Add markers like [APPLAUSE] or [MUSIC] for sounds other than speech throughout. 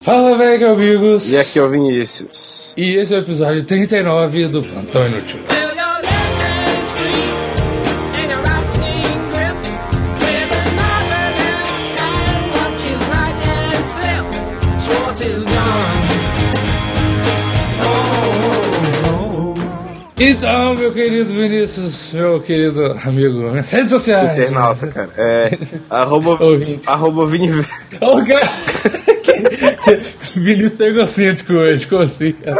Fala, velho, amigos! E aqui é o Vinícius. E esse é o episódio 39 do Plantão Inútil. Então, meu querido Vinícius, meu querido amigo, minhas redes sociais. Internauta, cara. É. Arroba, Ouvinte. arroba Vini. Ô, cara! [LAUGHS] Vinícius tá egocêntrico hoje, como assim? cara?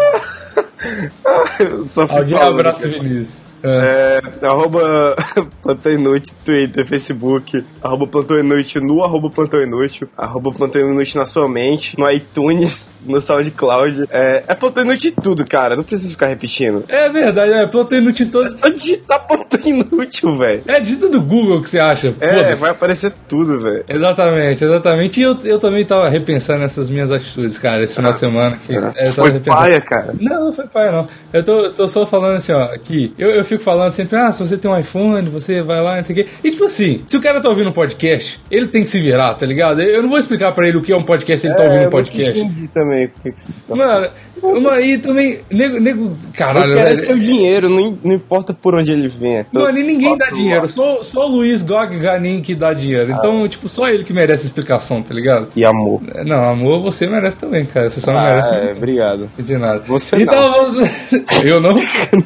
Eu Só fico Alguém falando, abraça o cara. Vinícius. É. É, arroba [LAUGHS] Plantão Inútil, Twitter, Facebook, arroba Plantão Inútil no arroba Plantão Inútil, arroba Plantão Inútil na sua mente, no iTunes, [LAUGHS] no SoundCloud. É, é Plantão Inútil em tudo, cara, não precisa ficar repetindo. É verdade, é Plantão Inútil em É todos. só digitar Plantão Inútil, velho. É dito do Google que você acha. É, foda-se. vai aparecer tudo, velho. Exatamente, exatamente. E eu, eu também tava repensando essas minhas atitudes, cara, esse final de semana. Que É, eu tava Ah. É. Foi paia, cara. Não, não foi pai, não. Eu tô, tô só falando assim, ó, que eu, eu fico falando sempre, ah, se você tem um iPhone, você vai lá, não sei o quê. E tipo assim, se o cara tá ouvindo um podcast, ele tem que se virar, tá ligado? Eu não vou explicar pra ele o que é um podcast se ele tá É, ouvindo um eu podcast. não entendi também por que que você fica Mano, uma, e também, nego, nego caralho, Eu quero é velho. seu dinheiro, não, não importa por onde ele venha. Mano, e ninguém Posso dá dinheiro, só, só o Luiz Gog Ganin que dá dinheiro. Ah. Então, tipo, só ele que merece explicação, tá ligado? E amor. É, Não, amor, você merece também, cara. Você só não merece Ah, é, obrigado. de nada. Você então, não. vamos... [LAUGHS] Eu não? O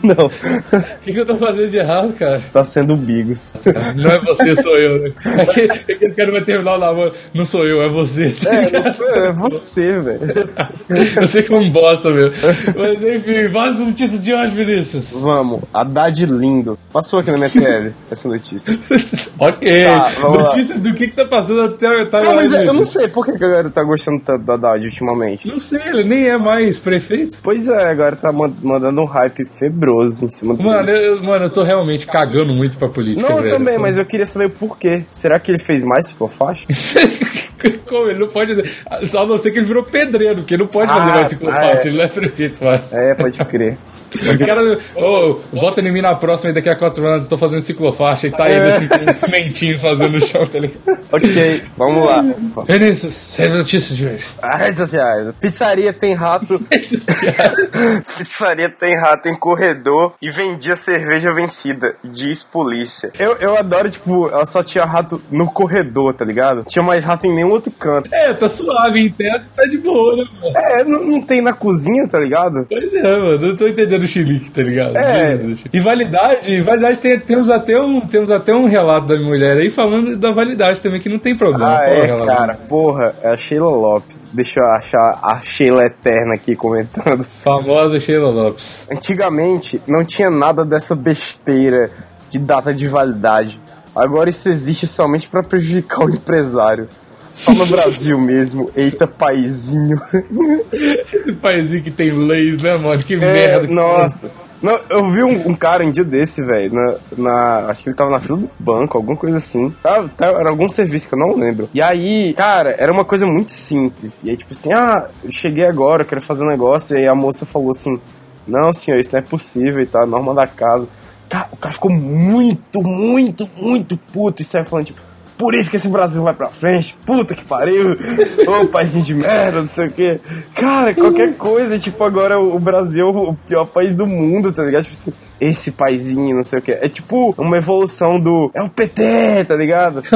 [LAUGHS] não, que, que eu tô fazendo de errado, cara? tá sendo bigos. Não é você, sou eu. né? Aquele, aquele cara vai terminar o namoro. Não sou eu, é você. tá É, ligado? não foi- é você, velho. Eu sei que é um bosta, meu. Mas enfim, mais os títulos de hoje, Vinícius. Vamos, Haddad lindo. Passou aqui na minha TL essa [LAUGHS] notícia. Ok. Tá, vamos lá. Notícias do que, que tá passando até o Não, mas é, eu não sei por que a galera tá gostando tanto da Haddad ultimamente. Não sei, ele nem é mais prefeito. Pois é, agora tá man- mandando um hype febroso em cima do. Mano, eu, eu- mano, eu tô realmente cagando muito pra política. não, eu velho. também, mas eu queria saber o porquê. Será que ele fez mais se for faixa? [LAUGHS] Como ele não pode fazer? Só a não ser que ele virou pedreiro, porque ele não pode Ah, fazer mais ciclo ah, fácil, é. ele não é prefeito mais. É, pode crer. O cara, ô, vota em mim na próxima e daqui a quatro anos eu tô fazendo ciclofaixa e tá ele É. assim com um cimentinho fazendo chão, tá ligado? ok, vamos lá. [LAUGHS] Vinícius, serve a notícia de hoje. Ah, redes sociais. Pizzaria tem rato. Pizzaria tem rato em corredor e vendia cerveja vencida, diz polícia. Eu, eu adoro, tipo, ela só tinha rato no corredor, tá ligado? Tinha mais rato em nenhum outro canto. É, tá suave em teto, tá de boa, né, mano? É, não, não tem na cozinha, tá ligado? Pois é, mano, eu tô entendendo o chilique, tá ligado? É. E validade, validade tem- temos, até um, temos até um relato da mulher aí falando da validade também, que não tem problema. Ah, Qual o é, relato? cara. Porra, é a Sheila Lopes. Deixa eu achar a Sheila Eterna aqui comentando. Famosa Sheila Lopes. Antigamente não tinha nada dessa besteira de data de validade. Agora isso existe somente pra prejudicar o empresário. Só no Brasil mesmo. Eita, paizinho. Esse paizinho que tem leis, né, mano? Que É, merda. que nossa. Não, eu vi um, um cara um dia desse, velho, na, na- Acho que ele tava na fila do banco, alguma coisa assim. Tava- tava- era algum serviço que eu não lembro. E aí, cara, era uma coisa muito simples. E aí, tipo assim, ah, eu cheguei agora, eu quero fazer um negócio. E aí a moça falou assim: Não, senhor, isso não é possível e tal, norma da casa. Ca- O cara ficou muito, muito, muito puto e saiu falando, tipo, por isso que esse Brasil vai pra frente, puta [LAUGHS] que pariu, ô paizinho de merda, não sei o quê. Cara, qualquer coisa, tipo, agora o Brasil é o pior país do mundo, tá ligado? Tipo assim, esse paizinho, não sei o quê. É tipo uma evolução do. É o PT, tá ligado? [LAUGHS]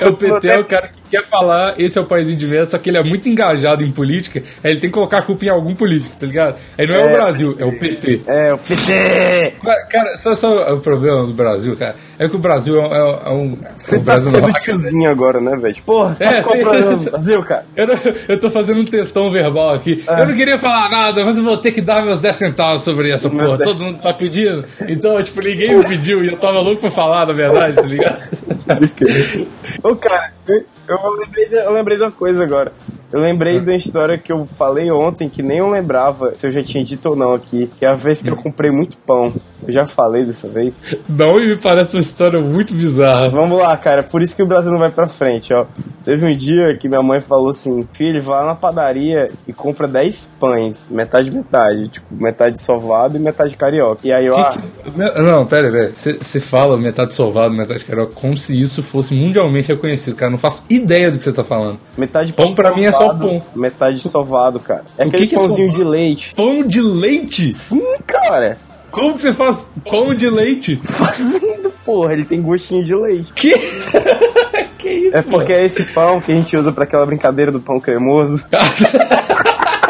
É o PT é o cara que quer falar, esse é o paizinho de merda, só que ele é muito engajado em política, aí ele tem que colocar a culpa em algum político, tá ligado? Aí não é, É. o Brasil, é o PT. É, o PT! Cara, Cara, só, só o problema do Brasil, cara, é que o Brasil é, um- é um- é um. Você o tá Brasil não, sendo a- tiozinho agora, né, velho? Porra, sabe É, qual é sim. o problema do Brasil, cara? eu, não- eu tô fazendo um textão verbal aqui. Ah. Eu não queria falar nada, mas eu vou ter que dar meus 10 centavos sobre essa Meus porra. 10. Todo mundo tá pedindo. Então, tipo, ninguém me pediu e eu tava louco pra falar, na verdade, tá [LAUGHS] ligado? Ô, cara, eu, eu lembrei de, eu lembrei de uma coisa agora. Eu Ah. lembrei da história que eu Hum. falei ontem, que nem eu lembrava se eu já tinha dito ou não aqui, que é a vez que eu comprei muito pão. Eu já falei dessa vez. Não, e me parece uma história muito bizarra. Vamos lá, cara. Por isso que o Brasil não vai pra frente, ó. Teve um dia que minha mãe falou assim: filho, vai lá na padaria e compra 10 pães, metade, metade. Tipo, metade sovado e metade carioca. E aí, ó. ah, Que que- Me- Não, pera, pera. Você fala metade solvado, metade carioca, como se isso fosse mundialmente reconhecido, cara. Não faço ideia do que você tá falando. Metade Pão pra mim é só sovado, Metade sovado, cara. É O que aquele que é pãozinho sovado? de leite. Pão de leite? Sim, cara. Como que você faz pão de leite? [LAUGHS] Fazendo, porra. Ele tem gostinho de leite. Que? que isso? É porque é esse pão que a gente usa pra aquela brincadeira do pão cremoso.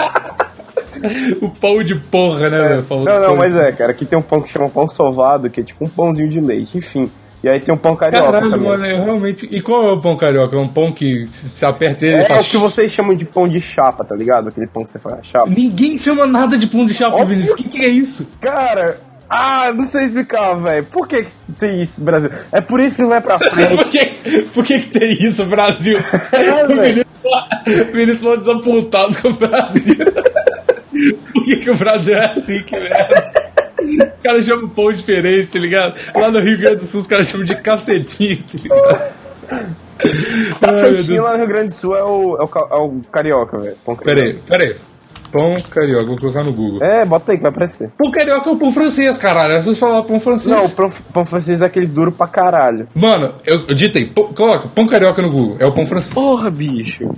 mano? o pão de porra, né? velho? Falou Não, do não, pão de- mas é, cara. Aqui tem um pão que chama pão sovado, que é tipo um pãozinho de leite, enfim. E aí tem um pão carioca Caralho, também. mano, é eu realmente. E qual é o pão carioca? É um pão que se se aperta ele É, e é o faz. que vocês chamam de pão de chapa, tá ligado? Aquele pão que você faz na chapa. Ninguém chama nada de pão de chapa, Óbvio. Vinícius. O que, que é [LAUGHS] isso? Cara, ah, não sei explicar, velho. Por que, que tem isso, no Brasil? É por isso que não vai [LAUGHS] pra frente. É, Por que, por que, que tem isso, [LAUGHS] Brasil? o velho. Vinícius falou- o Vinícius falou desapontado com o Brasil. [LAUGHS] por que, que o Brasil é assim, que merda? Os caras chamam pão diferente, tá ligado? Lá no Rio Grande do Sul, os caras chamam de cacetinho, tá ligado? Ai, meu Cacetinho Deus. lá no Rio Grande do Sul é o, é o, ca- é o carioca, velho. Pão carioca. Pera aí, pera aí. Pão carioca, vou colocar no Google. É, bota aí que vai aparecer. Pão carioca é o pão francês, caralho. Eu preciso falar pão francês. Não, o pão, pão francês é aquele duro pra caralho. Mano, eu, eu ditei, pão- coloca pão carioca no Google. É o pão francês. Porra, bicho.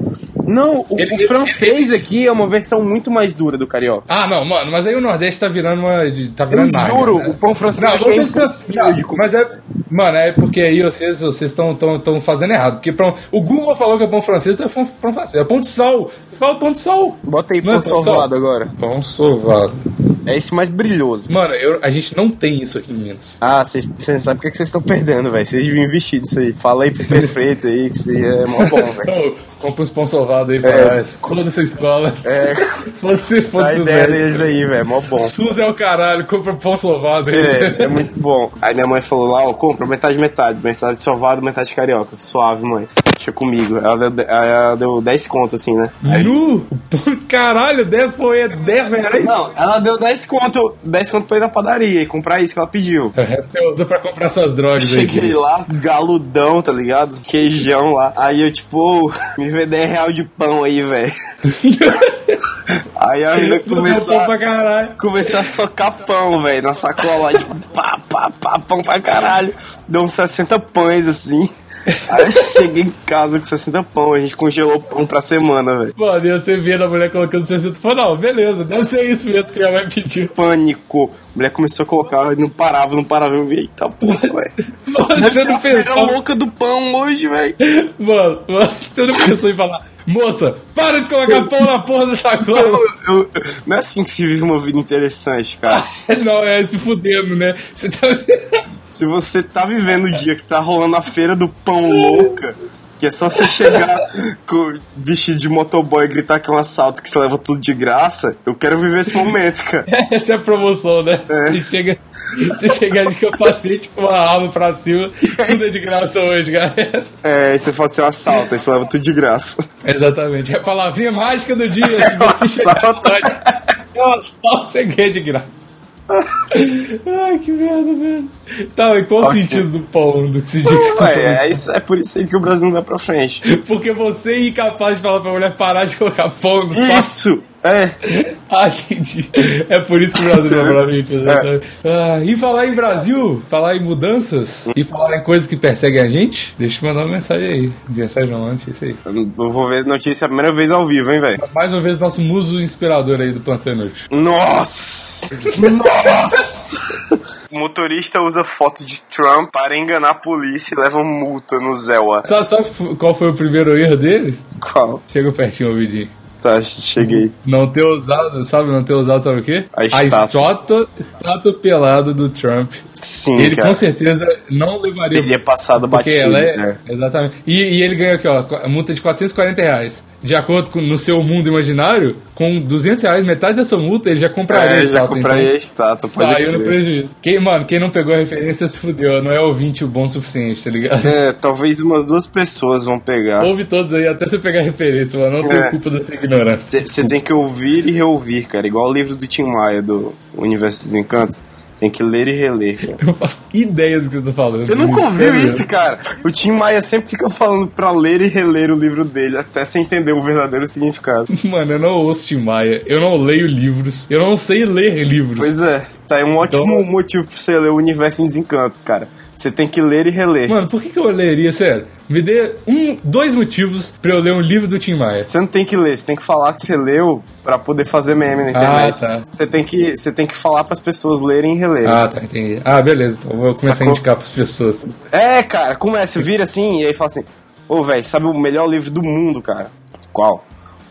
Não, o, Ele- o francês aqui é uma versão muito mais dura do carioca. Ah, não, mano, mas aí o Nordeste tá virando uma. de- Tá Eu virando nada. juro, o pão francês Não, aqui é vocês impossível de estão. comer. Mas é. Mano, é porque aí vocês estão tão, tão fazendo errado. Porque pão, o Google falou que é pão francês, então é pão, pão francês. É pão de sal. Fala pão de sal. Bota aí Não é pão pão sovado sal? agora. Pão sovado. É esse mais brilhoso. Mano, eu- a gente não tem isso aqui em Minas. Ah, vocês não sabem o que que vocês estão perdendo, velho. Vocês deviam investir nisso aí. Fala [LAUGHS] aí pro prefeito aí que isso aí é mó bom, velho. Ô, Então, compra uns pão sovado aí pra nós. Foda-se a escola. É, Foda-se, dá foda-se os ideia velhos. deles aí, velho. Mó bom. SUS é o caralho, compra pão sovado aí. É, é muito bom. Aí minha mãe falou lá, ó, compra metade, metade. Metade sovado, metade carioca. Suave, mãe. Deixa comigo. Ela deu, aí ela deu 10 conto, assim, né? [LAUGHS] Nu! Caralho, 10 pão é 10 reais? Não, ela deu 10 conto, 10 conto pra ir na padaria e comprar isso que ela pediu. Você usa pra comprar suas drogas aí. É. Cheguei Vinícius. lá, galudão, tá ligado? Queijão lá. Aí eu, tipo, ô, me vê 10 real de pão aí, velho. aí a menina começou Começou a, pra caralho. começou a socar pão, velho, na sacola. Tipo, pá, pá, pá, pão pra caralho. Deu uns 60 pães, assim. Aí eu cheguei em casa com 60 pão, a gente congelou o pão pra semana, velho. Mano, e você vendo a mulher colocando 60 falou, não, beleza, deve ser isso mesmo que minha mãe pediu. [LAUGHS] Pânico. A mulher começou a colocar, não parava, não parava. Eu vi, eita porra, velho. Mano, Deve você ser um não a feira pensou. louca do pão hoje, velho. Mano, mano, você não pensou em falar, moça, para de colocar pão na porra da sacola. Eu- eu- não é assim que se vive uma vida interessante, [LAUGHS] cara. [LAUGHS] Não, é se fudendo, né? Você tá. [LAUGHS] Se você tá vivendo o dia que tá rolando a feira do pão louca, que é só você [LAUGHS] chegar com vestido de motoboy e gritar que é um assalto que você leva tudo de graça, eu quero viver esse momento, cara. Essa é a promoção, né? É. Você chega, você chega de capacete com tipo, uma arma pra [LAUGHS] cima, tudo é de graça hoje, galera. É, aí você fala assim, é um assalto, aí você leva tudo de graça. Exatamente. É a palavrinha mágica do dia. Se [LAUGHS] você chegar no pódio, é um assalto, você ganha de graça. Ai, que merda, velho. Tá, e qual o Ok. sentido do pão do que se diz? [LAUGHS] [LAUGHS] Ué, é, isso, é por isso aí que o Brasil não vai pra frente. Porque você é incapaz de falar pra mulher parar de colocar pão no saco. Isso! É, Ah, entendi. É por isso que o Brasil não é [LAUGHS] pra frente, exatamente. Ah, e falar em Brasil, falar em Hum. mudanças e falar em coisas que perseguem a gente, deixa eu mandar uma mensagem aí. Mensagem não, antes, isso aí. eu não- eu vou ver notícia a primeira vez ao vivo, hein, velho. Mais uma vez, nosso muso inspirador aí do Plantão Inútil. Nossa! Nossa! O motorista usa foto de Trump para enganar a polícia e leva um multa no Zewa. Sabe, sabe f- qual foi o primeiro erro dele? Qual? Chega pertinho, ouvidinho. Tá, cheguei. Não ter usado, sabe? Não ter usado, sabe o quê? A estátua. estátua, estátua pelada do Trump. Sim, Ele cara. com certeza não levaria. Teria passado Porque batido. ela é. né? Exatamente. E, e ele ganha aqui, ó, a multa de 440 reais. De acordo com no seu mundo imaginário, com 200 reais, metade dessa multa, ele já compraria a É, já estátua. compraria então, a estátua, pode Saiu no crer. prejuízo. Quem, mano, quem não pegou a referência se fudeu. Não é ouvinte o bom o suficiente, tá ligado? É, talvez umas duas pessoas vão pegar. [LAUGHS] Ouve todos aí, até você pegar a referência, mano. Não É. tem culpa da sua ignorância. Você tem que ouvir e reouvir, cara. Igual o livro do Tim Maia, do Universo dos Encantos. Tem que ler e reler, cara. Eu não faço ideia do que você tá falando. Você nunca ouviu sério. isso, cara? O Tim Maia sempre fica falando pra ler e reler o livro dele, até sem entender o verdadeiro significado. Mano, eu não ouço Tim Maia, eu não leio livros, eu não sei ler livros. Pois é, tá aí um ótimo Então- motivo pra você ler o Universo em Desencanto, cara. Você tem que ler e reler. Mano, por que, que eu leria, sério? Me dê um, dois motivos pra eu ler um livro do Tim Maia. Você não tem que ler, você tem que falar que você leu pra poder fazer meme na internet. tá. Você tem que, você tem que falar pras pessoas lerem e relerem. Ah, tá, entendi. Ah, beleza, então eu vou começar Sacou? a indicar pras pessoas. É, cara, começa, vira assim e aí fala assim: Ô, velho, sabe o melhor livro do mundo, cara? Qual?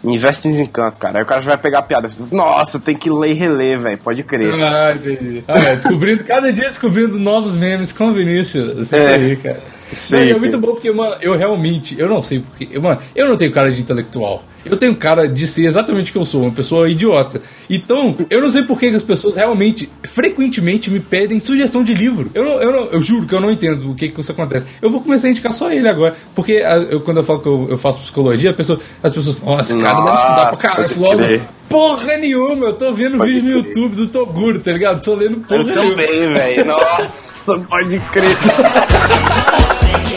Investe em desencanto, cara. Aí o cara já vai pegar a piada. Nossa, tem que ler e reler, velho. Pode crer. Ah, entendi. Ah, é, descobrindo, cada dia descobrindo novos memes com o Vinícius. Isso É. aí, cara. Sim, Não, e é cara. muito bom porque, mano, eu realmente, eu não sei porque. eu, Mano, eu não tenho cara de intelectual. Eu tenho cara de ser exatamente o que eu sou, uma pessoa idiota. Então, eu não sei por que que as pessoas realmente, frequentemente, me pedem sugestão de livro. Eu, não, eu, não- eu juro que eu não entendo o que, que isso acontece. Eu vou começar a indicar só ele agora. Porque ah, eu- quando eu falo que eu, eu faço psicologia, a pessoa- as pessoas, nossa, esse cara deve estudar pra Nossa, caralho. pode crer. logo." Porra nenhuma, eu tô vendo Pode vídeo no crer. YouTube do Toguro, tá ligado? um Tô lendo porra Eu nenhuma. também, velho. Nossa, pode crer. Thank